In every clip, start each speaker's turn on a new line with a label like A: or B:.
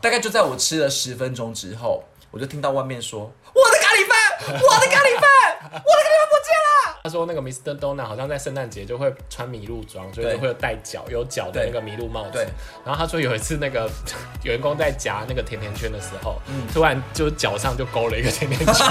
A: 大概就在我吃了十分钟之后，我就听到外面说：“我的咖喱饭，我的咖喱饭，我的咖喱饭不见了。”
B: 他说那个 Mr. Donut 好像在圣诞节就会穿麋鹿装，就是会有戴角有角的那个麋鹿帽子
A: 对。
B: 然后他说有一次那个 员工在夹那个甜甜圈的时候，
A: 嗯
B: 突然就脚上就勾了一个甜甜 圈。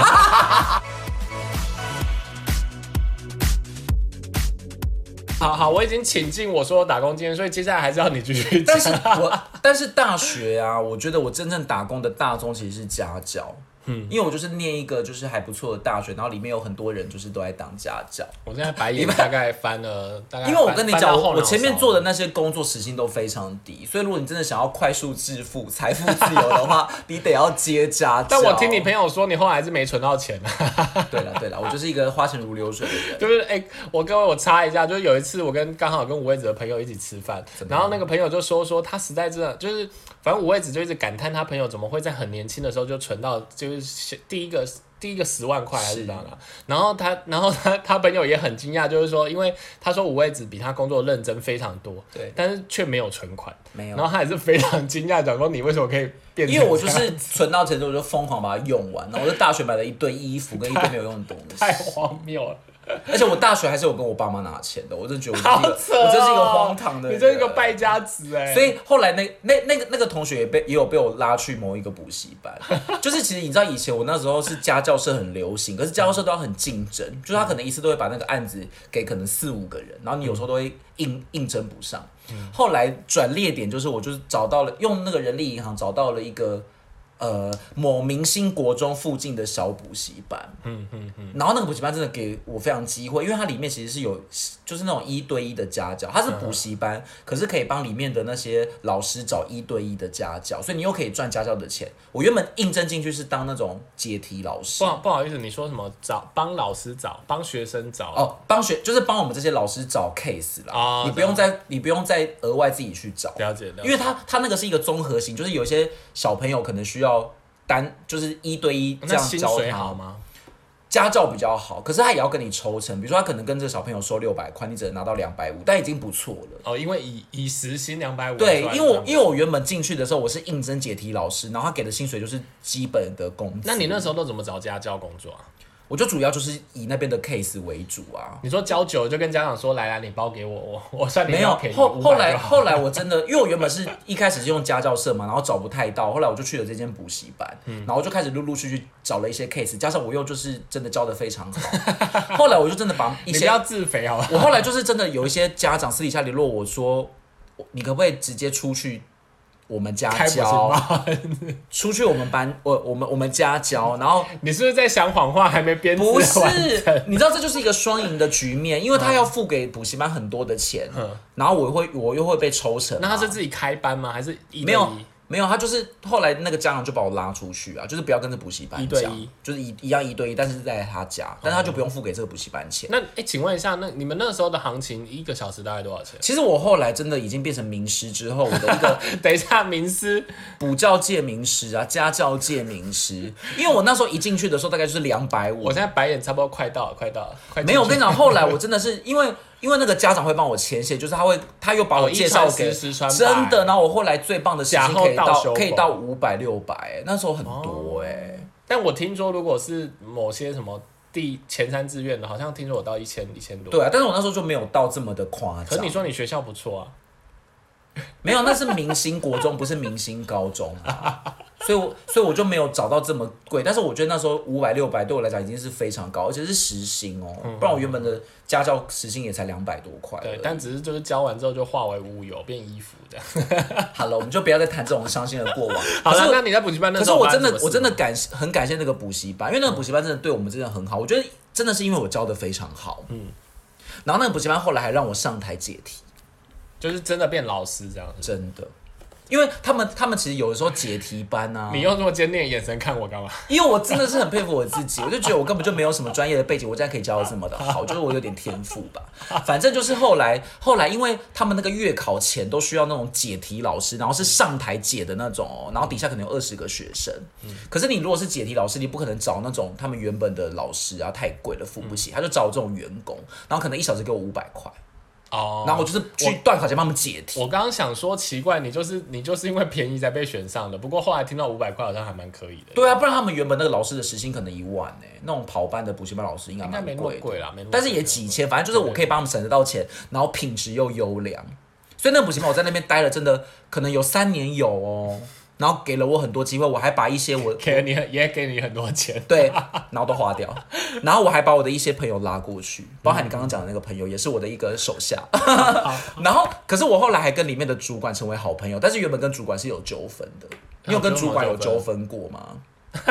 B: 好好，我已经请进我说打工经验，所以接下来还是要你继续讲
A: 但。是我但是大学啊，我觉得我真正打工的大宗其实是家教。嗯，因为我就是念一个就是还不错的大学，然后里面有很多人就是都在当家教。
B: 我现在白眼大概翻了大概翻，
A: 因为我跟你
B: 哎翻到
A: 讲，我
B: 后脑
A: 我前面
B: 勺
A: 做的那些工作时薪都非常低，所以如果你真的想要快速致富、财富自由的 话，你得要接家教。
B: 但我听你朋友说，你后来还是没存到钱啊。
A: 对了对了，我就是一个花钱如流水的人。
B: 就是哎、我各位我插一下，就是有一次我跟刚好跟五味子的朋友一起吃饭，然后那个朋友就说说他实在真的就是，反正五味子就一直感叹他朋友怎么会在很年轻的时候就存到就是第一个。第一个十万块还是
A: 是
B: 怎样啊？然后他，然后他，他朋友也很惊讶，就是说，因为他说五味子比他工作认真非常多，
A: 对
B: 但是却没有存款，
A: 没有
B: 然后他也是非常惊讶，讲说你为什么可以变成这样？
A: 因为我就是存到钱之后就疯狂把它用完，然后我在大学买了一堆衣服跟一堆没有用的东西，
B: 太荒谬了。
A: 而且我大学还是有跟我爸妈拿钱的，我真的觉得我
B: 好
A: 是
B: 扯、
A: 一个，
B: 哦！
A: 我真是一个荒唐的人，
B: 你真是个败家子哎、
A: 所以后来那那那个那个同学也被也有被我拉去某一个补习班，就是其实你知道以前我那时候是家教社很流行，可是家教社都要很竞争，就是他可能一次都会把那个案子给可能四五个人，然后你有时候都会应应征不上。
B: 嗯
A: 后来转列点就是我就是找到了用那个人力银行找到了一个。呃，某明星国中附近的小补习班，嗯嗯嗯，然后那个补习班真的给我非常机会，因为它里面其实是有，就是那种一对一的家教，它是补习班，可是可以帮里面的那些老师找一对一的家教，所以你又可以赚家教的钱。我原本应征进去是当那种解题老师
B: 不，好不好意思，你说什么找帮老师找帮学生找？
A: 哦，帮学就是帮我们这些老师找 case 啦，
B: 哦
A: 你不用再你不用再额外自己去找，
B: 了解了解
A: 因为他他那个是一个综合型，就是有些小朋友可能需要单就是一对一这
B: 哦那
A: 样
B: 薪
A: 教
B: 水
A: 他
B: 好吗？
A: 家教比较好，可是他也要跟你抽成，比如说他可能跟这个小朋友收六百块，你只能拿到两百五，但已经不错了。
B: 哦，因为以以时薪两百五。
A: 对，因为我因为
B: 为
A: 我原本进去的时候我是应征解题老师，然后他给的薪水就是基本的工资。
B: 那你那时候都怎么找家教工作啊？
A: 我就主要就是以那边的 case 为主啊。
B: 你说教久了就跟家长说，来来，你包给我，我 我算你
A: 没有
B: 便宜
A: 后后来后
B: 来
A: 来我真的，因为我原本是一开始是用家教社嘛，然后找不太到，后来我就去了这间补习班，
B: 嗯
A: 然后就开始陆陆续续找了一些 case，加上我又就是真的教的非常好， 后来我就真的把一
B: 你
A: 些
B: 不要自肥好吧？
A: 我后来就是真的有一些家长私底下联络我说，我你可不可以直接出去我们家
B: 开补习
A: 教，
B: 班，
A: 出去我们班，我我们我们家教，然后。
B: 你是不是在想谎话还没编制
A: 不
B: 完嗯
A: 是，你知道这就是一个双赢的局面，因为他要付给补习班很多的钱，然后我会我又会被抽成嘛。
B: 那他是自己开班吗？还是一对一
A: 没有没有，他就是后来那个家长就把我拉出去啊，就是不要跟着补习班
B: 一对
A: 讲
B: 一哦
A: 就是一一样一对一，但是在他家，但是他就不用付给这个补习班钱。
B: 那哎、诶请问一下，那你们那时候的行情一个小时大概多少钱？
A: 其实我后来真的已经变成名师之后，我的一个
B: 等一下，名师
A: 补教界名师啊，家教界名师。因为我那时候一进去的时候大概就是两百五
B: 我，现在白眼差不多快到了，快到了，快
A: 没有。我
B: 进
A: 跟
B: 去
A: 你讲，后来我真的是因为因为那个家长会帮我牵线，就是他会他又把我
B: 哦一
A: 介绍
B: 传十
A: 给
B: 十传百
A: 真的，然后我后来最棒的时
B: 假
A: 薪
B: 后
A: 可以
B: 到修
A: 到可以
B: 狗
A: 到五百六百，欸那时候很多哎、
B: 但我听说，如果是某些什么第前三志愿的，好像听说我到一千一千多。
A: 对啊，但是我那时候就没有到这么的夸
B: 可
A: 张
B: 是你。说你学校不错啊，
A: 没有，那是明星国中，不是明星高中 啊、所以我所以我就没有找到这么贵，但是我觉得那时候五百六百对我来讲已经是非常高，而且是时薪哦，不然我原本的家教时薪也才两百多块而已。
B: 嗯对，但只是就是教完之后就化为乌有，变衣服这样。
A: 好了，我们就不要再谈这种伤心的过往。
B: 好
A: 可
B: 了，
A: 是
B: 那你在补习班那
A: 可
B: 时
A: 是
B: 候
A: 我
B: 发生
A: 真
B: 什
A: 的
B: 么事，嗯
A: 我真的感很感谢那个补习班，因为那个补习班真的对我们真的很好，我觉得真的是因为我教的非常好，嗯。然后那个补习班后来还让我上台解题，
B: 就是真的变老师这样子。
A: 真的，因为他们他们其实有的时候解题班啊，
B: 你用这么坚定的眼神看我干嘛？
A: 因为我真的是很佩服我自己， 我就觉得我根本就没有什么专业的背景，我竟然可以教的这 么的好，就是我有点天赋吧。反正就是后来后来，因为他们那个月考前都需要那种解题老师，然后是上台解的那种哦，然后底下可能有二十个学生。
B: 嗯
A: 可是你如果是解题老师，你不可能找那种他们
B: 嗯
A: 原本的老师啊，太贵了，付不起，他就找我这种员工，然后可能一小时给我五百块。
B: 哦，
A: 然后我就是去断考前帮他们解题。
B: 我刚刚想说奇怪，你就是你就是因为便宜才被选上的，不过后来听到五百块好像还蛮可以的，
A: 对啊，不然他们原本那个老师的时薪可能一万呢、那种跑班的补习班老师应该
B: 应该
A: 蛮
B: 没那么
A: 贵的，
B: 贵啦，没那么贵
A: 但是也几千，反正就是我可以帮他们省得到钱，然后品质又优良。所以那个补习班我在那边待了，真的可能有三年有哦，然后给了我很多机会，我还把一些我
B: 给了你很也给你很多钱，
A: 对，然后都花掉，然后我还把我的一些朋友拉过去，包含你刚刚讲的那个朋友，也是我的一个手下。 然后，可是我后来还跟里面的主管成为好朋友，但是原本跟主管是有纠纷的。你有跟主管有哦纠纷过吗？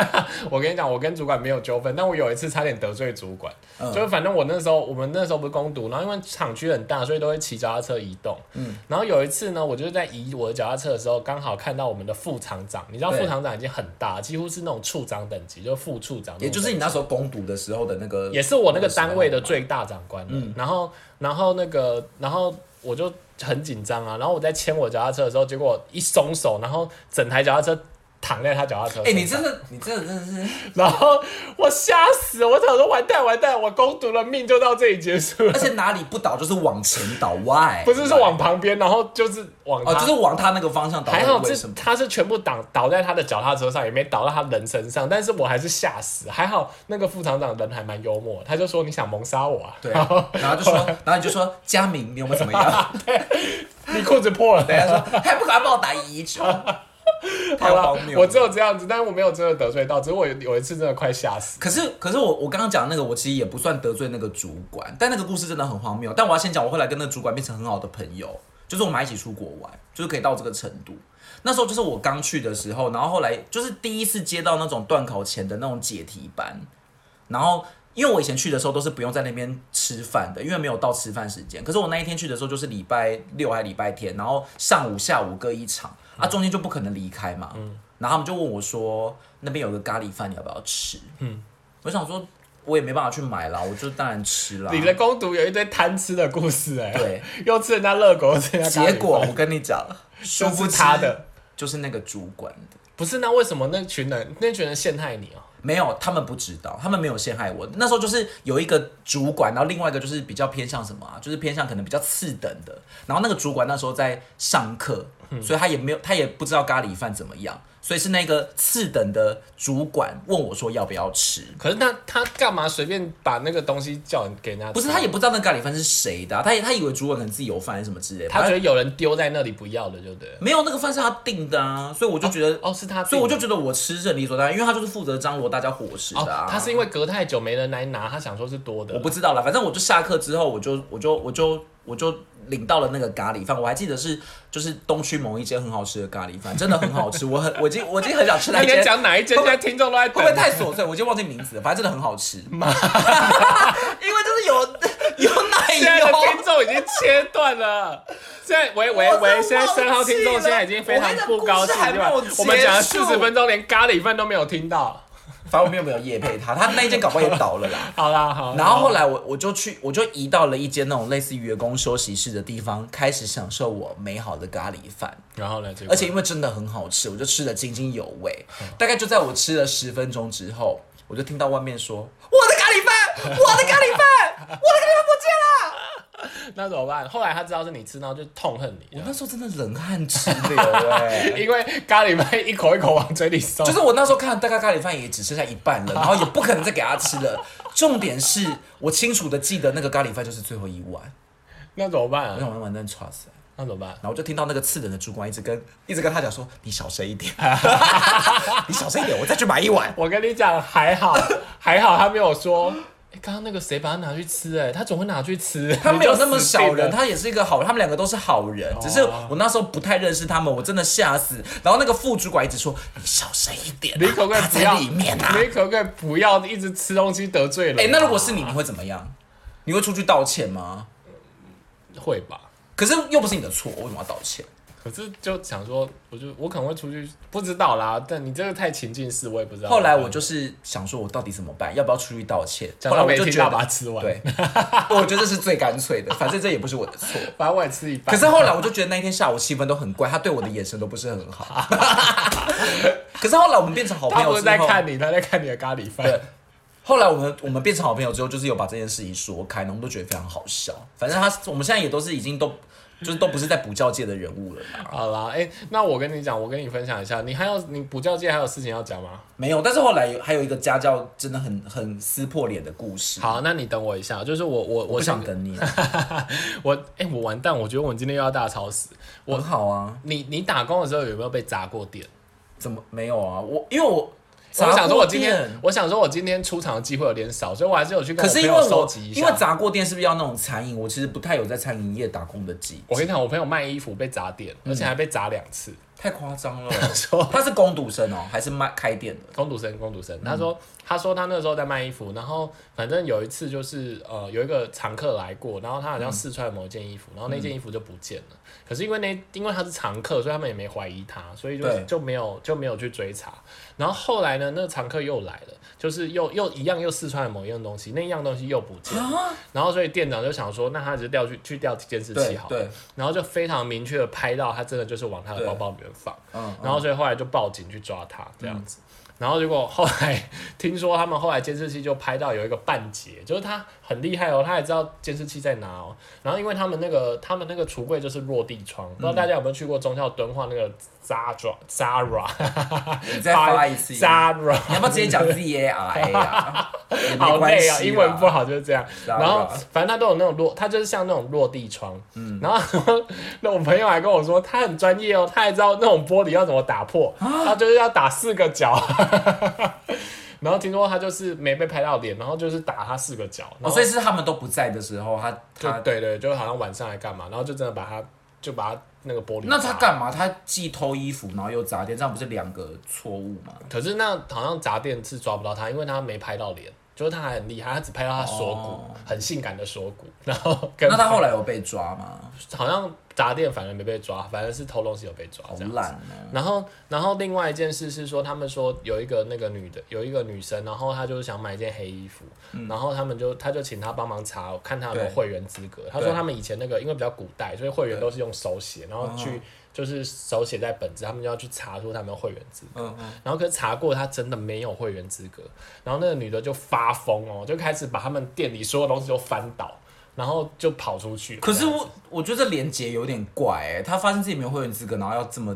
B: 我跟你讲，我跟主管没有纠纷，但我有一次差点得罪主管，
A: 嗯
B: 就是反正我那时候我们那时候不是工读，然后因为厂区很大，所以都会骑脚踏车移动。嗯，然后有一次呢，我就是在移我的脚踏车的时候，刚好看到我们的副厂长，你知道
A: 对
B: 副厂长已经很大，几乎是那种处长等级，就是副处长那种等级，
A: 也就是你那时候攻读的时候的那个，
B: 也是我那个单位的最大长官了。
A: 嗯
B: 然后，然后那个，然后我就很紧张啊。然后我在牵我脚踏车的时候，结果一松手，然后整台脚踏车躺在他脚踏车。
A: 哎、你真。的，你真的真的是，
B: 然后我吓死了，我想说完蛋完蛋，我攻读了命就到这里结束了
A: 而，且哪里不倒就是往前倒，why？
B: 不是是往旁边，然后就是往他
A: 哦，就是往他那个方向倒，
B: 还好
A: 为
B: 这
A: 什么？
B: 他是全部倒倒在他的脚踏车上，也没倒到他人身上，但是我还是吓死。还好那个副厂长人还蛮幽默，他就说你想谋杀我啊？
A: 对，然后就说，然后你就说佳明，你有没有怎么样？
B: 你裤子破了。
A: 对，他说还不赶快帮我打一一 九，太
B: 好了
A: 荒，谬了。
B: 我只有这样子，但是我没有真的得罪到，只是我有有一次真的快吓死。
A: 可是，可是我我刚刚讲那个，我其实也不算得罪那个主管，但那个故事真的很荒谬。但我要先讲，我后来跟那个主管变成很好的朋友，就是我们还一起出国玩，就是可以到这个程度。那时候就是我刚去的时候，然后后来就是第一次接到那种断考前的那种解题班，然后因为我以前去的时候都是不用在那边吃饭的，因为没有到吃饭时间。可是我那一天去的时候就是礼拜六还礼拜天，然后上午下午各一场，
B: 嗯
A: 啊中间就不可能离开嘛。然后他们就问我说，那边有个咖喱饭，你要不要吃？
B: 嗯
A: 我想说，我也没办法去买啦，我就当然吃啦。
B: 你的攻读有一堆贪吃的故事哎、
A: 对，
B: 又吃人家热狗，又吃人家咖喱
A: 结
B: 饭
A: 果我跟你讲，
B: 就
A: 殊不
B: 是
A: 知
B: 他的，
A: 就是那个主管的，
B: 不是那为什么那群人那群人陷害你哦、
A: 没有，他们不知道，他们没有陷害我。那时候就是有一个主管，然后另外一个就是比较偏向什么啊，就是偏向可能比较次等的。然后那个主管那时候在上课，
B: 嗯
A: 所以他也没有，他也不知道咖喱饭怎么样，所以是那个次等的主管问我说要不要吃。
B: 可是那他干嘛随便把那个东西叫人给人家吃？啊
A: 不是，他也不知道那咖喱饭是谁的啊、他也他以为主管可能自己有饭还是什么之类的，
B: 他
A: 反
B: 觉
A: 正
B: 得有人丢在那里不要的，就对了。
A: 没有那个饭是他订的啊，所以我就觉得
B: 哦，是他自己，
A: 所以我就觉得我吃是理所当然，因为他就是负责张罗大家伙食的、啊
B: 哦，他是因为隔太久没人来拿，他想说是多的。
A: 我不知道了，反正我就下课之后我，就我就我就我就领到了那个咖喱饭，我还记得是就是东区某一间很好吃的咖喱饭，真的很 好吃，我很我已经我已经很想吃
B: 那
A: 那
B: 你在
A: 间。
B: 讲哪一间？
A: 会不
B: 现
A: 会
B: 在听众都在
A: 会
B: 等
A: 不会太琐碎？我已经忘记名字了，反正真的很好吃。妈，因为就是有 有奶
B: 现在的
A: 油
B: 听，众已经切断了。现在喂喂
A: 哦我真的忘
B: 喂，
A: 记
B: 现在三号听众
A: 了
B: 现在已经非常不高兴，
A: 我还在
B: 对吧
A: 故事还没有？
B: 我们讲了
A: 结
B: 四
A: 束
B: 十分钟，连咖喱饭都没有听到。
A: 反正我们有没有夜配他？他那一间搞不好也倒了啦。
B: 好啦，好啦。
A: 然后后来我我就去，我就移到了一间那种类似于员工休息室的地方，开始享受我美好的咖喱饭。
B: 然后呢？结果
A: 而且因为真的很好吃，我就吃得津津有味。大概就在我吃了十分钟之后，我就听到外面说：“我的咖喱饭，我的咖喱饭，我的咖喱饭不见了。”
B: 那怎么办？后来他知道是你吃，然后就痛恨你
A: 我，那时候真的冷汗直流哎、
B: 因为咖喱饭一口一口往嘴里送
A: 就。是我那时候看，大概咖喱饭也只剩下一半了，然后也不可能再给他吃了。重点是我清楚的记得那个咖喱饭就是最后一碗，
B: 那怎么办
A: 我
B: 啊？
A: 想完完蛋吵死了。
B: 那怎么办？
A: 然后我就听到那个次等的主管一直跟一直跟他讲说：“你小声一点， 你小声一点，我再去买一碗。
B: 我跟你讲，还好，还好他没有说。诶刚刚那个谁把它拿去吃、诶哎，他总会拿去吃。”
A: 他没有那么
B: 你
A: 小
B: 就死定
A: 人，
B: 了哦
A: 他也是一个好人，他们两个都是好人。只是我那时候不太认识他们，我真的吓死。然后那个副主管一直说：“你小声一点、啊，
B: 你可不可以
A: 他
B: 不要？
A: 在里面啊
B: 你可不可以不要一直吃东西得罪人？！”啊
A: 哎、那如果是你，你会怎么样？你会出去道歉吗？
B: 会吧？
A: 可是又不是你的错，我为什么要道歉？
B: 可是就想说，我就我可能会出去，不知道啦。但你这个太情境式，我也不知道。
A: 后来我就是想说，我到底怎么办？要不要出去道歉？
B: 假
A: 后来
B: 装
A: 我
B: 没
A: 就
B: 听
A: 觉
B: 到把它
A: 得，
B: 吃 完。，
A: 对， 我觉得这是最干脆的，反正这也不是我的错。
B: 反正我也吃一半。
A: 可是后来我就觉得那一天下午气氛都很怪，他对我的眼神都不是很好。 可是后来我们变成好朋
B: 他
A: 友
B: 不
A: 之
B: 是
A: 后，
B: 在看你，他在看你的咖喱饭。
A: 后来我们我们变成好朋友之后，就是有把这件事情说开，然后我们都觉得非常好笑。反正他我们现在也都是已经都就是都不是在补教界的人物了啦，
B: 好啦，哎、那我跟你讲，我跟你分享一下，你还有你补教界还有事情要讲吗？
A: 没有。但是后来有还有一个家教真的很很撕破脸的故事，
B: 好，那你等我一下，就是我
A: 我
B: 我我
A: 想
B: 想
A: 等你，
B: 我哎、我完蛋，我觉得我今天又要大吵死。
A: 很好啊，
B: 你你打工的时候有没有被砸过点？
A: 怎么没有啊？我因为我
B: 我想说，我今
A: 杂货
B: 天
A: 店
B: 我想说，我今天出场的机会有点少，所以我还是有去跟
A: 可
B: 我
A: 是
B: 朋
A: 因为
B: 友收
A: 我
B: 集一下。
A: 因为杂货店是不是要那种餐饮？我其实不太有在餐饮业打工的记，
B: 我跟你讲，我朋友卖衣服被砸点，
A: 嗯
B: 而且还被砸两次。
A: 太夸张 了。
B: 说
A: 他是工读生哦，还是卖开店的？
B: 工读生，工读生，他说、他说他那时候在卖衣服，然后反正有一次就是呃有一个常客来过，然后他好像试穿了某一件衣服，然后那件衣服就不见了。可是因为那因为他是常客，所以他们也没怀疑他，所以就
A: 对
B: 就没有就没有去追查。然后后来呢，那个常客又来了，就是又又一样又试穿了某一样东西，那一样东西又不见了。然后所以店长就想说，那他就调去去调监视器
A: 对
B: 好了。
A: 对，
B: 然后就非常明确的拍到他真的就是往他的
A: 对
B: 包包里面放，
A: 嗯
B: 然后所以后来就报警去抓他这样子。然后结果后来听说他们后来监视器就拍到有一个半截，就是他很厉害哦，他也知道监视器在哪哦。然后因为他们那个他们那个橱柜就是落地窗，不知道大家有没有去过中校敦化那个 Zara Zara
A: 你再发一次。 你
B: Zara，
A: 要不要直接讲 Z A R A 啊？也没
B: 好
A: 关
B: 累
A: 系
B: 啊，
A: 啦
B: 英文不好就是这样。
A: Zara
B: 然后反正他都有那种落，他就是像那种落地窗。嗯，然后 那我朋友还跟我说，他很专业哦，他还知道那种玻璃要怎么打破，
A: 啊
B: 他就是要打四个角。 然后听说他就是没被拍到脸，然后就是打他四个角，然
A: 哦，
B: 后
A: 所以是他们都不在的时候，他
B: 就
A: 他
B: 对对，就好像晚上还干嘛，然后就真的把他就把他那个玻璃。
A: 那他？干嘛？他既偷衣服，然后又砸店，这样不是两个错误吗？
B: 可是那好像砸店是抓不到他，因为他没拍到脸，就是他还很厉害，他只拍到他锁骨，
A: 哦
B: 很性感的锁骨，然后跟
A: 那他后来有被抓吗？
B: 好像砸店反而没被抓，反而是偷东西有被抓
A: 好
B: 这样。
A: 懒哦。
B: 然后，然后另外一件事是说，他们说有一个那个女的，有一个女生，然后她就是想买一件黑衣服，
A: 嗯
B: 然后他们就他就请她帮忙查，看她有没有
A: 对
B: 会员资格。他说他们以前那个因为比较古代，所以会员都是用手写，然后
A: 嗯
B: 去就是手写在本子，他们就要去查出他有没有会员资格。
A: 嗯嗯，
B: 然后可是查过，她真的没有会员资格。然后那个女的就发疯哦，就开始把他们店里所有东西都翻倒，然后就跑出去了。
A: 可是
B: 这样子
A: 我我觉得这连结有点怪哎、他发现自己没有会员资格，然后要这么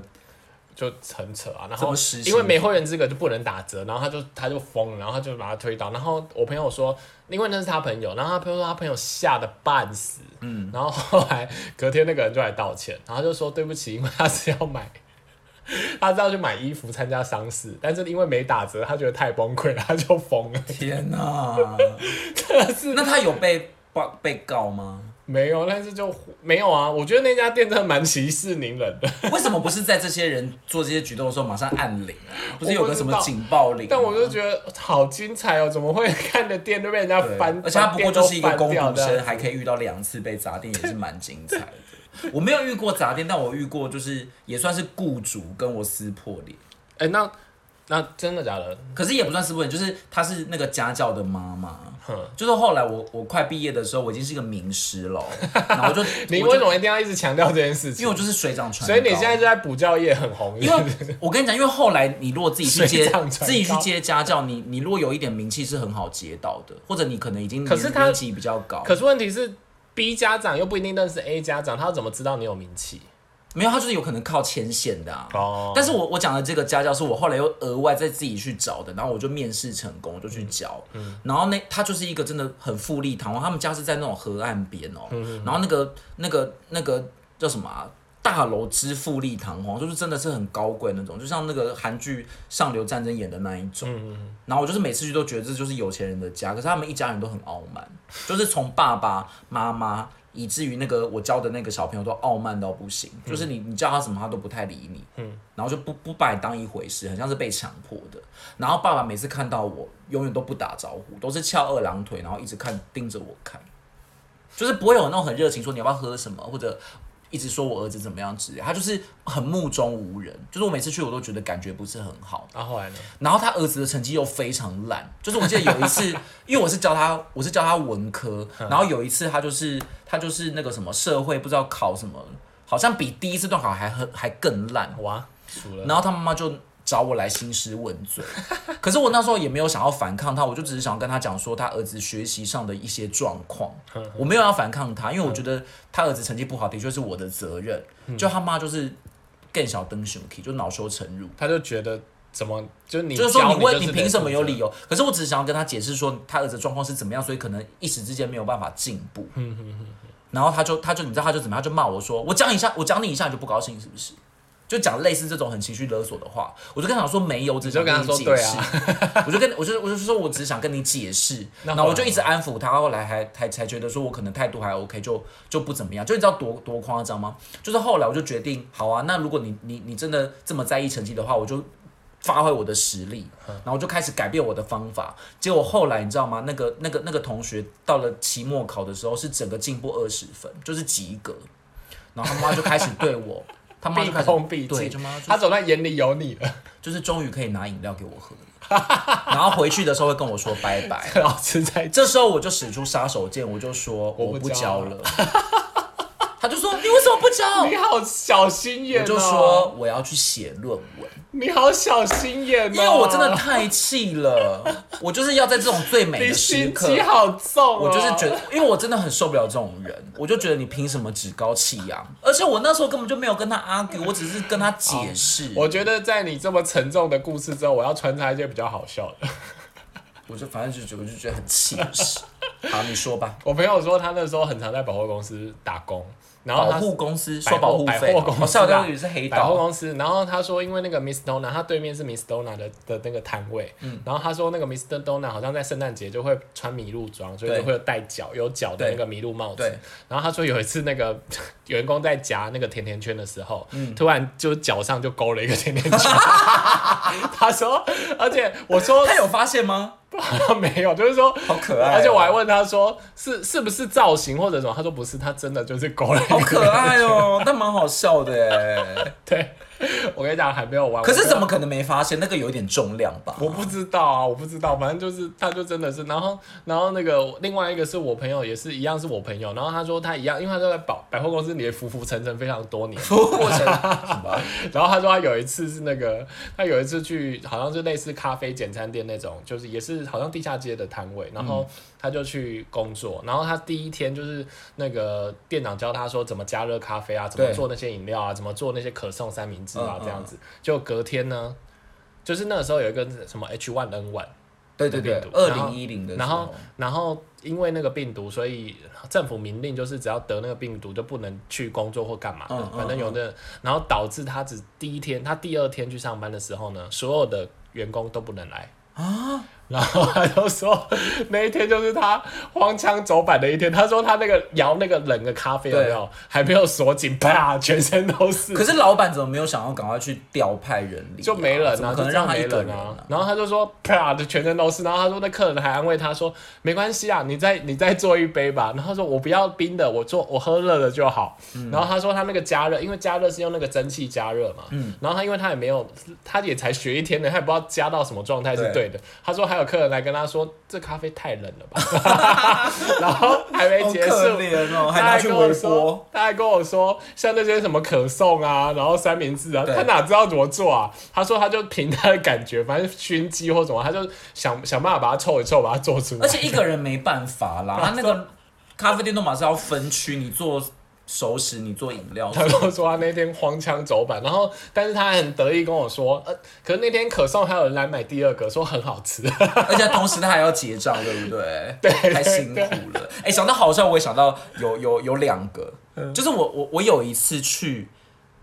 B: 就很扯啊，
A: 怎
B: 然后
A: 么实行
B: 因为没会员资格就不能打折，然后他就他就疯了，然后他就把他推倒，然后我朋友说，因为那是他朋友，然后他朋友说他朋友吓得半死，嗯，然后后来隔天那个人就来道歉，然后就说对不起，因为他是要买， 他是要去买衣服参加丧事，但是因为没打折，他觉得太崩溃了，他就疯了，
A: 天哪、 那他有被报被告吗？
B: 没有，但是就没有啊，我觉得那家店真的蛮息事宁人的，
A: 为什么不是在这些人做这些举动的时候马上按铃啊？不是
B: 我
A: 有
B: 不
A: 个
B: 知
A: 什么
B: 道
A: 警报铃吗？
B: 但我就觉得好精彩哦，怎么会看的店都被人家
A: 对
B: 翻，
A: 而且他不过就是一个
B: 把店
A: 工
B: 都翻
A: 读
B: 掉这样
A: 生，还可以遇到两次被砸店，也是蛮精彩的。我没有遇过砸店，但我遇过就是也算是雇主跟我撕破脸，
B: 哎、那那真的假的？
A: 可是也不算撕破脸，就是她是那个家教的妈妈。
B: 哼，
A: 就是后来我我快毕业的时候，我已经是个名师 了，哦然后我就
B: 你
A: 我就
B: 为什么一定要一直强调这件事
A: 因
B: 情
A: 为？我就是水涨船高，
B: 所以你现在就在补教业很红，
A: 因为我跟你讲，因为后来你如果自己去接
B: 水涨船高
A: 自己去接家教，你你如果有一点名气是很好接到的，或者你可能已经
B: 可
A: 年
B: 是他
A: 年级比较高，
B: 可是问题是 B 家长又不一定认识 A 家长，他要怎么知道你有名气？
A: 没有他就是有可能靠牵线的啊。
B: 哦
A: 但是我我讲的这个家教是我后来又额外再自己去找的，然后我就面试成功，我就去教。然后那他就是一个真的很富丽堂皇，他们家是在那种河岸边哦、然后那个那个那个叫什么、啊？大楼之富丽堂皇，就是真的是很高贵那种，就像那个韩剧《上流战争》演的那一种。然后我就是每次去都觉得这就是有钱人的家，可是他们一家人都很傲慢，就是从爸爸妈妈。以至于那个我教的那个小朋友都傲慢到不行，就是你你叫他什么他都不太理你，然后就不不把你当一回事，很像是被强迫的。然后爸爸每次看到我，永远都不打招呼，都是翘二郎腿，然后一直看盯着我看，就是不会有那种很热情说你要不要喝什么，或者一直说我儿子怎么样之类，他就是很目中无人。就是我每次去我都觉得感觉不是很好，
B: 然、后后来呢？
A: 然后他儿子的成绩又非常烂，就是我记得有一次，因为我是教他，我是教他文科，然后有一次他就是他就是那个什么社会不知道考什么，好像比第一次段考还很还更烂，
B: 哇，输了。
A: 然后他妈妈就找我来兴师问罪。可是我那时候也没有想要反抗他，我就只是想要跟他讲说他儿子学习上的一些状况，我没有要反抗他，因为我觉得他儿子成绩不好的确是我的责任。就他妈就是更小登熊 key，就恼羞成怒。
B: 他就觉得怎么就你
A: 就是说
B: 教
A: 你
B: 你
A: 问
B: 就
A: 你
B: 是
A: 凭
B: 得
A: 什么有
B: 负责
A: 理由？可是我只是想要跟他解释说他儿子状况是怎么样，所以可能一时之间没有办法进步。
B: 嗯
A: 然后他就他就你知道他就怎么样，他就骂我说我讲一下我讲你一下你就不高兴是不是？就讲类似这种很情绪勒索的话，我就跟他讲说没有，我只是
B: 就跟
A: 想
B: 他
A: 你
B: 说
A: 解
B: 对
A: 释
B: 啊。
A: 我就跟我就我就说我只是想跟你解释，
B: 那啊
A: 然
B: 后来
A: 后我就一直安抚他，后来还还才觉得说我可能态度还 OK，就就不怎么样，就你知道多多夸张吗？就是后来我就决定，好啊，那如果你你你真的这么在意成绩的话，我就。发挥我的实力，
B: 嗯
A: 然后我就开始改变我的方法。结果后来你知道吗？那个、那个、那个同学到了期末考的时候，是整个进步二十分，就是及格。然后他妈就开始对 我，他妈就开
B: 毕
A: 始
B: 恭毕
A: 对，
B: 敬
A: 他妈就，
B: 他总算眼里有你了，
A: 就是终于可以拿饮料给我喝了，然后回去的时候会跟我说拜拜。
B: 老师在
A: 这时候我就使出杀手锏，我就说
B: 我不
A: 我不
B: 教
A: 教了。他就说你为什么不教？
B: 你好小心眼、哦，
A: 我就说我要去写论文，
B: 你好小心眼、哦，
A: 因为我真的太气了，我就是要在这种最美
B: 你
A: 的时
B: 心
A: 刻。
B: 机好重、哦，
A: 我就是觉得，因为我真的很受不了这种人，我就觉得你凭什么趾高气扬？而且我那时候根本就没有跟他 argue，我只是跟他解释。
B: 我觉得在你这么沉重的故事之后，我要穿插一些比较好笑的。
A: 我就反正就觉得我就觉得很气，就是。好，你说 吧。
B: 我朋友说他那时候很常在百货公司打工，然后
A: 保
B: 他
A: 护公司说
B: 百
A: 保护
B: 货百
A: 费，
B: 货公司
A: 我笑掉
B: 啦
A: 以为是黑
B: 百货
A: 道。
B: 公司，然后他说因为那个 Miss Donna，他对面是 Miss Donna 的的那个摊位，
A: 嗯
B: 然后他说那个 Miss Donna 好像在圣诞节就会穿麋鹿装，所以
A: 对
B: 就会有带角有角的那个麋鹿帽子
A: 对。
B: 然后他说有一次那个 员工在夹那个甜甜圈的时候，
A: 嗯
B: 突然就脚上就勾了一个甜甜圈， 他说，而且我说
A: 他有发现 吗？
B: 没有，就是说
A: 好可爱哦
B: 而且我还问他说是是不是造型或者什么，他说不是，他真的就是勾了一个。
A: 好可爱哦，但蛮好笑的 哎。
B: 对， 我跟你讲还没有玩。
A: 可
B: 我
A: 是
B: 跟
A: 怎么可能没发现？那个有一点重量吧？
B: 我不知道啊，我不知道，反正就是他就真的是，然后然后那个另外一个是我朋友，也是一样是我朋友，然后他说他一样，因为他都在百百货公司里浮浮沉沉非常多年，
A: 过程 什么？
B: 然后他说他有一次是那个，他有一次去好像是类似咖啡简餐店那种，就是也是好像地下街的摊位，然后
A: 嗯
B: 他就去工作，然后他第一天就是那个店长教他说怎么加热咖啡啊，怎么
A: 对
B: 做那些饮料啊，怎么做那些可颂三明治啊
A: 嗯嗯
B: 这样子，就隔天呢，就是那个时候有一个什么 H1N1。
A: 对对对
B: 病，毒
A: 二
B: 然后
A: 零一零的时
B: 然后
A: 候，，
B: 然后因为那个病毒，所以政府明令就是只要得那个病毒就不能去工作或干嘛的，
A: 嗯嗯
B: 反正有的。然后导致他只第一天，他第二天去上班的时候呢，所有的员工都不能来。
A: 啊
B: 然后他就说，那一天就是他荒腔走板的一天。他说他那个摇那个冷的咖啡有没有还没有锁紧，啪，全身 都是。
A: 可是老板怎么没有想要赶快去调派人力啊？
B: 就没人
A: 怎
B: 啊，
A: 么
B: 就
A: 可能
B: 这
A: 让
B: 样
A: 他
B: 没
A: 一个
B: 人
A: 人
B: 啊
A: 啊。？
B: 然后他就说啪的全身都是，然后他说那客人还安慰他说没关系啊，你再你再做一杯吧。然后他说我不要冰的，我做我喝热的就好。嗯然后他说他那个加热，因为加热是用那个蒸汽加热嘛，然后他因为他也没有，他也才学一天的，他也不知道加到什么状态是
A: 对
B: 对的。他说还有客人来跟他说这咖啡太冷了吧， 然后还没
A: 好
B: 哎结
A: 可
B: 束。
A: 怜哦，还
B: 他
A: 拿
B: 还
A: 去
B: 跟我
A: 微波
B: 说，，他还跟我说，像那些什么可颂啊，然后三明治啊，
A: 对
B: 他哪知道怎么做啊？他说他就凭他的感觉，反正熏鸡或什么，他就想想办法把它凑一凑，把它做出来
A: 而。且一个人没办法 啦，他那个咖啡店都马上要分区，你做熟食，你做饮 料，
B: 他跟我说他那天荒腔走板，然后但是他还很得意跟我说，呃，可是那天可颂还有人来买第二个，说很好吃。
A: 而且同时他还要结账，对不对？对太辛苦了。哎、想到好笑，我也想到有有有两个，就是我我我有一次去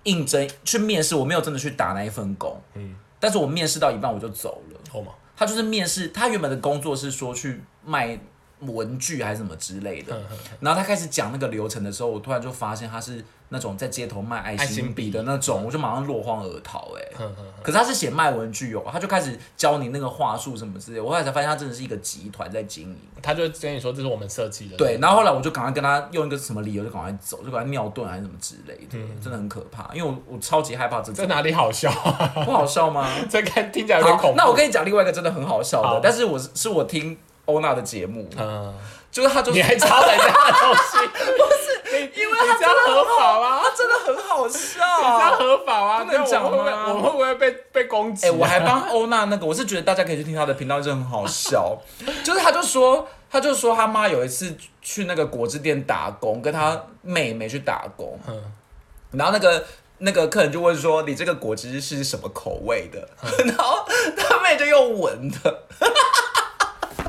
A: 应征去面试，我没有真的去打那一份工，嗯，但是我面试到一半我就走了。
B: 好吗？
A: 他就是面试，他原本的工作是说去卖文具还是什么之类的。然后他开始讲那个流程的时候，我突然就发现他是那种在街头卖爱
B: 爱心
A: 心笔
B: 笔
A: 的那种，我就马上落荒而逃、欸。哎，可是他是写卖文具哦，他就开始教你那个话术什么之类的。我后来才发现他真的是一个集团在经营。
B: 他就跟你说这是我们设计的，
A: 对，然后后来我就赶快跟他用一个什么理由就赶快走，就赶快尿遁还是什么之类的，真的很可怕，因为我我超级害怕这
B: 这
A: 种，
B: 哪里好笑？啊
A: 不好笑吗？
B: 这看听起来有点恐
A: 好
B: 怖。，
A: 那我跟你讲另外一个真的很好笑的
B: 好，
A: 但是我是是我听欧娜的节目，
B: 嗯，
A: 就是他就
B: 你
A: 是
B: 还抄人家的东西？不是，因为这样合法吗？
A: 他真的很好 笑
B: 这样合法啊？
A: 不能讲吗
B: 这样我们会不会我们会不会被被攻击
A: 哎、
B: 啊？
A: 我还帮欧娜那个，我是觉得大家可以去听她的频道，真的很好笑。 就是她就说，她就说她妈有一次去那个果汁店打工，跟她妹妹去打工，
B: 嗯
A: 然后那个。那个客人就问说：“你这个果汁是什么口味的？”
B: 嗯
A: 然后他妹就用闻的，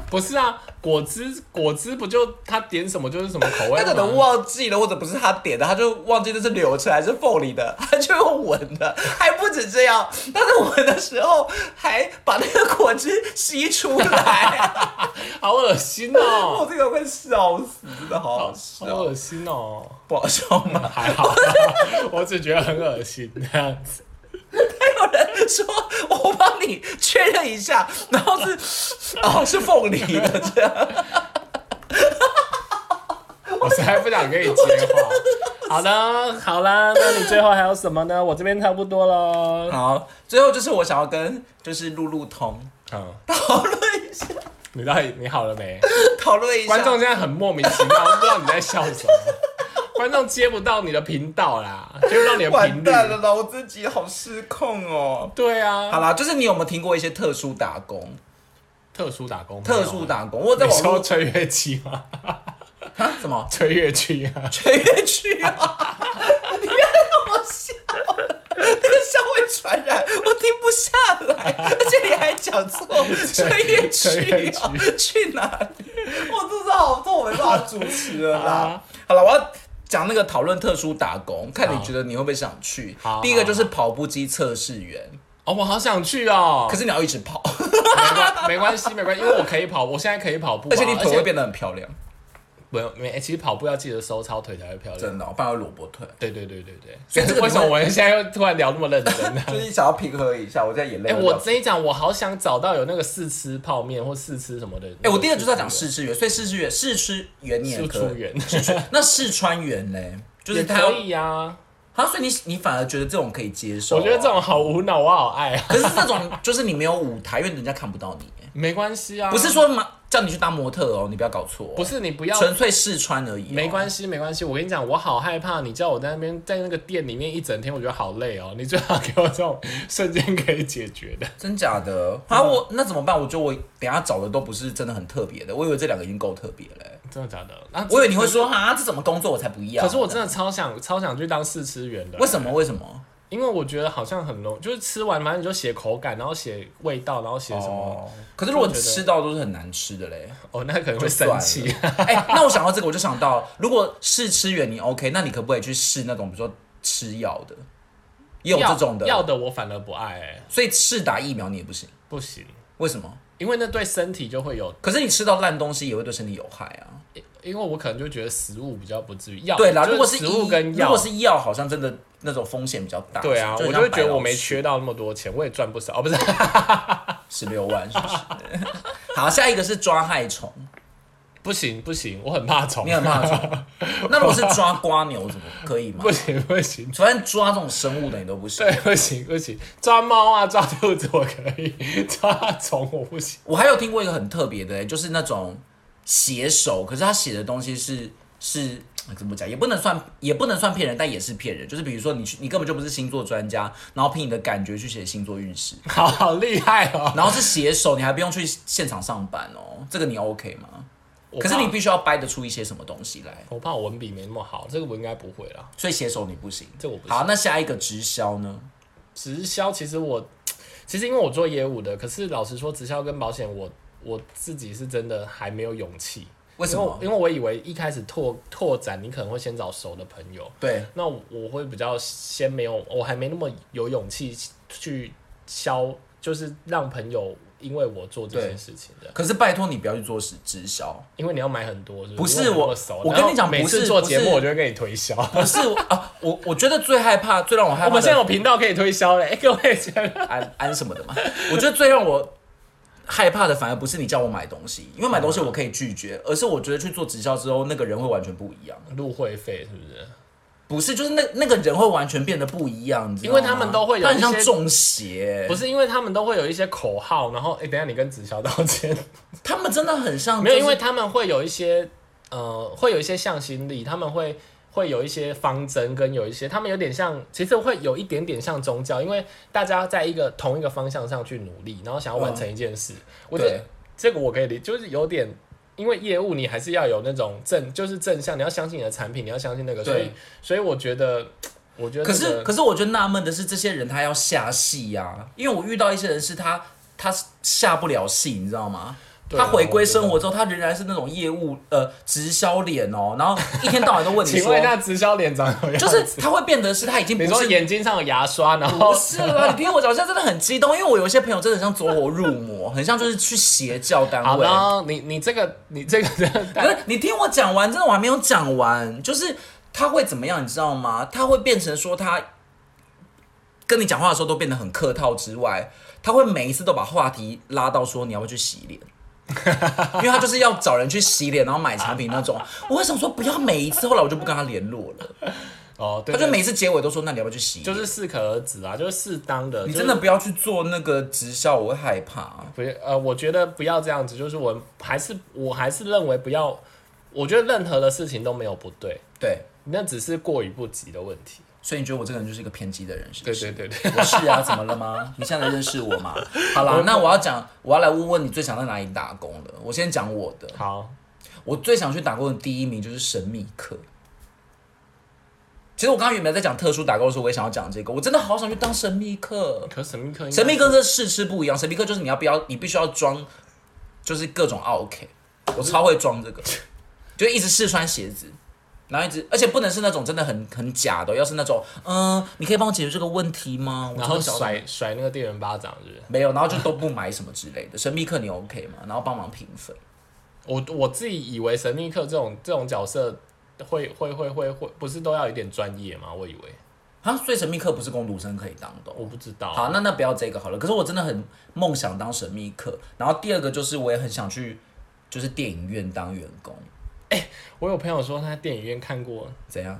B: 不是啊，果汁果汁不就他点什么就是什么口味
A: 她可
B: 吗？
A: 能忘记了，或者不是她点的，她就忘记这是柳橙还是凤梨的， 她就用闻的。还不止这样，她在闻的时候还把那个果汁吸出来。
B: 好恶心 哦、
A: 我这个会笑死，真的好好
B: 好
A: 笑，
B: 恶心哦、
A: 不好笑吗？
B: 还好， 我只觉得很恶心这样子。
A: 还有人说我帮你确认一下，然后是哦是凤梨的这样，
B: 我实在不想跟你接话。好的，好啦，那你最后还有什么呢？我这边差不多了。
A: 好，最后就是我想要跟就是路路通
B: 嗯，
A: 讨论一下，
B: 你到底你好了没？
A: 讨论一下
B: 观众现在很莫名其妙，不知道你在笑什么。观众接不到你的频道啦，接不到你的频
A: 完蛋了
B: 率。
A: 啦，我自己好失控哦。
B: 对
A: 好
B: 啊，
A: 啦，就是你有没有听过一些特殊打工？
B: 特殊打工，
A: 特殊打工，我有在
B: 你
A: 网
B: 说
A: 络
B: 吹乐器吗？
A: 啊什么
B: 吹乐器啊，
A: 全乐去 啊！你别让我笑，那个笑会传染，我停不下 来，而且你还讲错，穿越去啊，去哪里？我肚子好痛，我没办法主持了啦
B: 啊。
A: 好了，我要。讲那个讨论特殊打工，看你觉得你会不会想去
B: 好。
A: 第一个就是跑步机测试员，
B: 哦，我好想去哦。
A: 可是你要一直跑，
B: 没关没关系，没关系，因为我可以跑，我现在可以跑步啊、
A: 而且你腿会
B: 而且
A: 变得很漂亮，
B: 没有没、欸其实跑步要记得收操，腿才会漂亮。
A: 真的哦，不然会萝卜腿。
B: 对对对对对，
A: 所以这个
B: 为什么
A: 不
B: 我现在又突然聊那么认真 呢？
A: 就是想要平和一下，我现在眼泪
B: 哎、
A: 都
B: 我
A: 掉下来
B: 这一讲，我好想找到有那个试吃泡面或试吃什么的。哎
A: 哎、我第一个就是要讲试吃员，所以试吃员试吃员你也
B: 试
A: 可
B: 出
A: 以。
B: 员，
A: 那试穿员嘞， 就是
B: 也
A: 他
B: 可
A: 要，
B: 以啊。
A: 好，所以你你反而觉得这种可以接受、
B: 我觉得这，种好无脑，我好爱啊。
A: 可是这种就是你没有舞台，因为人家看不到你，
B: 没关系啊，
A: 不是说嘛叫你去当模特哦，你不要搞错、哦，
B: 不是你不要。
A: 纯粹试穿而已、哦
B: 没
A: 系，
B: 关系，没关系。我跟你讲，我好害怕你叫我在那边在那个店里面一整天，我觉得好累哦。你最好给我这种瞬间可以解决的。
A: 真假的
B: 嗯
A: 啊？我那怎么办？我觉得我等一下找的都不是真的很特别的，我以为这两个已经够特别了、欸
B: 真的假的？那
A: 我以为你会说啊，这什么工作我才不要。
B: 可是我真的超想超想去当试吃员的
A: 为，什么？为什么？
B: 因为我觉得好像很容，就是吃完反正你就写口感，然后写味道，然后写什么，
A: 哦？可是如果
B: 我觉得
A: 吃到都是很难吃的嘞。
B: 哦，那可能
A: 就
B: 会生气。
A: 算 了。哎、那我想到这个，我就想到，如果试吃员你 OK，那你可不可以去试那种，比如说吃药的，也有这种的。
B: 要要的我反而不爱、欸，
A: 所以试打疫苗你也不行，
B: 不行，
A: 为什么？
B: 因为那对身体就会有，
A: 可是你吃到烂东西也会对身体有害啊。
B: 因为我可能就觉得食物比较不至于药，
A: 对啦，
B: 啊就
A: 如果是
B: 食
A: 医
B: 物跟
A: 如
B: 药
A: 果，是药，好像真的那种风险比较大。
B: 对啊，我
A: 很
B: 就
A: 像
B: 会觉
A: 白
B: 得
A: 老
B: 我没
A: 鼠
B: 缺到那么多钱，我也赚不少，哦，不是，
A: 十六万，是不是？ 好，下一个是抓害虫，
B: 不行不行，我很怕虫
A: 你，很怕虫。那如果是抓瓜牛，怎么可以吗
B: 不？行不行，
A: 反正抓这种生物的你都不行。
B: 对，不行不行，抓猫啊抓兔子我可以， 抓虫我不行。
A: 我还有听过一个很特别的、就是那种写手，可是他写的东西是是怎么讲，也不能算也不能算骗人，但也是骗人。就是比如说你去，你根本就不是星座专家，然后凭你的感觉去写星座运 势，
B: 好好厉害哦！
A: 然后是写手，你还不用去现场上班哦，这个你 OK 吗？
B: 我
A: 可
B: 怕
A: 是你必须要掰得出一些什么东西来，
B: 我怕我文笔没那么好，这个我应该不会啦。
A: 所以写手你不行。
B: 这我不行
A: 好，那下一个直销呢？
B: 直销其实我，其实因为我做业务的，可是老实说，直销跟保险我我自己是真的还没有勇气。
A: 为什么
B: 因为因为我以为一开始拓拓展，你可能会先找熟的朋友，
A: 对，
B: 那我我会比较先没有，我还没那么有勇气去消，就是让朋友因为我做这
A: 对
B: 件事情的。
A: 可是拜托你不要去做直直销，
B: 因为你要买很多，是
A: 不是
B: 因为没那
A: 我
B: 么熟
A: 我
B: 然后
A: 跟你讲
B: 每
A: 不
B: 次
A: 是
B: 做
A: 不
B: 节目
A: 是
B: 我就会跟你 推销。
A: 不是啊？我我觉得最害怕，最让我害怕的，
B: 我们现在有频道可以推销嘞、欸，各位觉得
A: 安安什么的嘛。我觉得最让我害怕的反而不是你叫我买东西，因为买东西我可以拒绝，而是我觉得去做直销之后，那个人会完全不一样。
B: 入会费是不是？
A: 不是，就是那那个人会完全变得不一样，你知道吗
B: 因为他们都会有
A: 他很
B: 一些
A: 像中邪，
B: 不是，因为他们都会有一些口号，然后哎、欸等一下你跟直销道歉，
A: 他们真的很像、
B: 没有，
A: 就是
B: 因为他们会有一些呃，会有一些向心力，他们会。会有一些方针，跟有一些他们有点像，其实会有一点点像宗教，因为大家在一个同一个方向上去努力，然后想要完成一件事。我觉得
A: 对
B: 这个我可以理，就是有点。因为业务你还是要有那种正，就是正向，你要相信你的产品，你要相信那个，所以
A: 对
B: 所以我觉得，我觉得、
A: 可
B: 这个、
A: 是可是我就纳闷的是，这些人他要下戏呀、因为我遇到一些人是他他下不了戏，你知道吗？
B: 对啊
A: 他回归生活之后，他仍然是那种业务呃直销脸哦，然后一天到晚都问你
B: 请
A: 说
B: 问一，下直销脸长什么 样？
A: 就是他会变得是他已经不
B: 你说
A: 是
B: 眼睛上有牙刷，然后
A: 不是啦，你听我讲，我现在真的很激动，因为我有一些朋友真的很像走火入魔，很像就是去邪教单
B: 好，
A: 位
B: 然。后你你这个你 这个
A: 不是，你听我讲完，真的我还没有讲完，就是他会怎么样，你知道吗？他会变成说他跟你讲话的时候都变得很客套之外，他会每一次都把话题拉到说你要不要去洗脸。因为他就是要找人去洗脸，然后买产品那种。我会想说不要每一次，后来我就不跟他联络了。
B: 哦，对，
A: 他就
B: 对
A: 每次结尾都说那你要不要去洗脸？
B: 就是适可而止啊，就是适当的。
A: 你
B: 就
A: 真
B: 是
A: 的不要去做那个直销，我会害怕、啊
B: 不要呃，我觉得不要这样子，就是我还是我还是认为不要，我觉得任何的事情都没有不对，
A: 对，
B: 那只是过于不及的问题。
A: 所以你觉得我这个人就是一个偏激的人，是不
B: 对
A: 是？
B: 对对 对，
A: 我是啊，怎么了吗？你现在认识我吗？好啦，那我要讲，我要来问问你最想在哪里打工的。我先讲我的，
B: 好，
A: 我最想去打工的第一名就是神秘客。其实我刚刚原本在讲特殊打工的时候，我也想要讲这个，我真的好想去当神秘客。
B: 可神秘客应该
A: 神秘客跟试吃不一样，神秘客就是你要不要，你必须要装，就是各种啊 OK，我超会装 这个，就一直试穿鞋子。然后一直，而且不能是那种真的很很假的哦，要是那种，嗯，你可以帮我解决这个问题吗？我
B: 然
A: 真
B: 后
A: 的想到
B: 甩甩那个店员巴掌，是不是？
A: 没有，然后就都不买什么之类的。神秘客你 OK 吗？然后帮忙评分，
B: 我我自己以为神秘客这种这种角色会会会会会，不是都要有点专业吗？我以为
A: 啊，所以神秘客不是公读生可以当的哦、
B: 我不知道。
A: 好，那那不要这个好了。可是我真的很梦想当神秘客，然后第二个就是我也很想去，就是电影院当员工，
B: 我有朋友说他在电影院看过，
A: 怎样？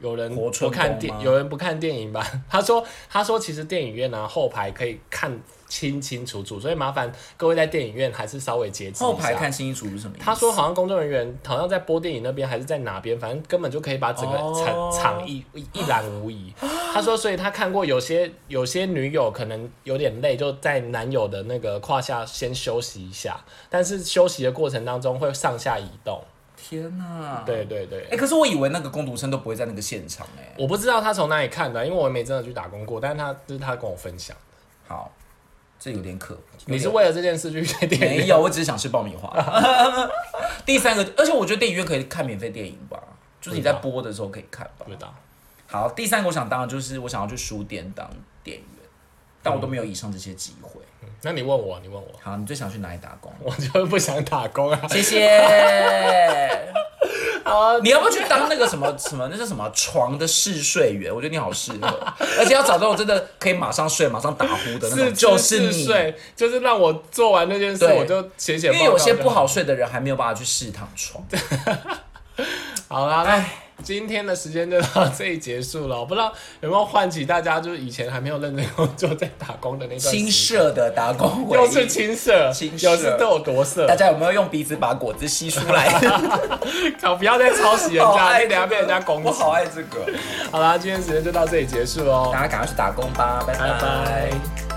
B: 有人
A: 活
B: 不
A: 春宫
B: 看电，
A: 吗
B: 有人不看电影吧？ 他说他说其实电影院啊后排可以看清清楚楚，所以麻烦各位在电影院还是稍微节制一下
A: 后排。看清清楚是什么意思？
B: 他说好像工作人员好像在播电影那边还是在哪边，反正根本就可以把整个场、
A: 哦
B: 场一一一览 无遗。他说，所以他看过有些有些女友可能有点累，就在男友的那个胯下先休息一下，但是休息的过程当中会上下移动。
A: 天哪，，
B: 对对对
A: 哎、，可是我以为那个工读生都不会在那个现场哎、
B: 我不知道他从哪里看的，因为我也没真的去打工过，但是他就是他跟我分享，
A: 好，这有点可，
B: 你是为了这件事去去电影
A: 没
B: 院？
A: 有，我只是想吃爆米 花。第三个，而且我觉得电影院可以看免费电影吧，就是你在播的时候可以看吧
B: 不。知道，
A: 好，第三个我想当的就是我想要去书店当店员，但我都没有以上这些机会。
B: 嗯那你问我，你问我，
A: 好，你最想去哪里打工？
B: 我就是不想打工 啊。
A: 谢谢。
B: 啊，
A: 你要不要去当那个什么 什么那叫什么床的试睡员？我觉得你好适合，而且要找这种真的可以马上睡、马上打呼的那
B: 是
A: 种，就是
B: 是
A: 你。
B: 睡，就是让我做完那件事，
A: 对
B: 我就写写
A: 因
B: 报告。
A: 为有些不好。睡的人还没有办法去试躺床。
B: 好啦，那
A: 哎，
B: 今天的时间就到这里结束了。我 不知道有没有唤起大家，就是以前还没有认真工作在打工的那段
A: 青
B: 时
A: 涩的打工回
B: 间，又
A: 忆
B: 是青涩，
A: 青涩
B: 有时都有多涩
A: 大。家有没有用鼻子把果汁吸出来？
B: 靠，不要再抄袭人
A: 好
B: 家，
A: 爱这
B: 你等
A: 个
B: 下被人家攻击
A: 我。哦好爱这个，
B: 好啦，今天时间就到这里结束哦。
A: 大家赶快去打工吧，拜
B: 拜拜。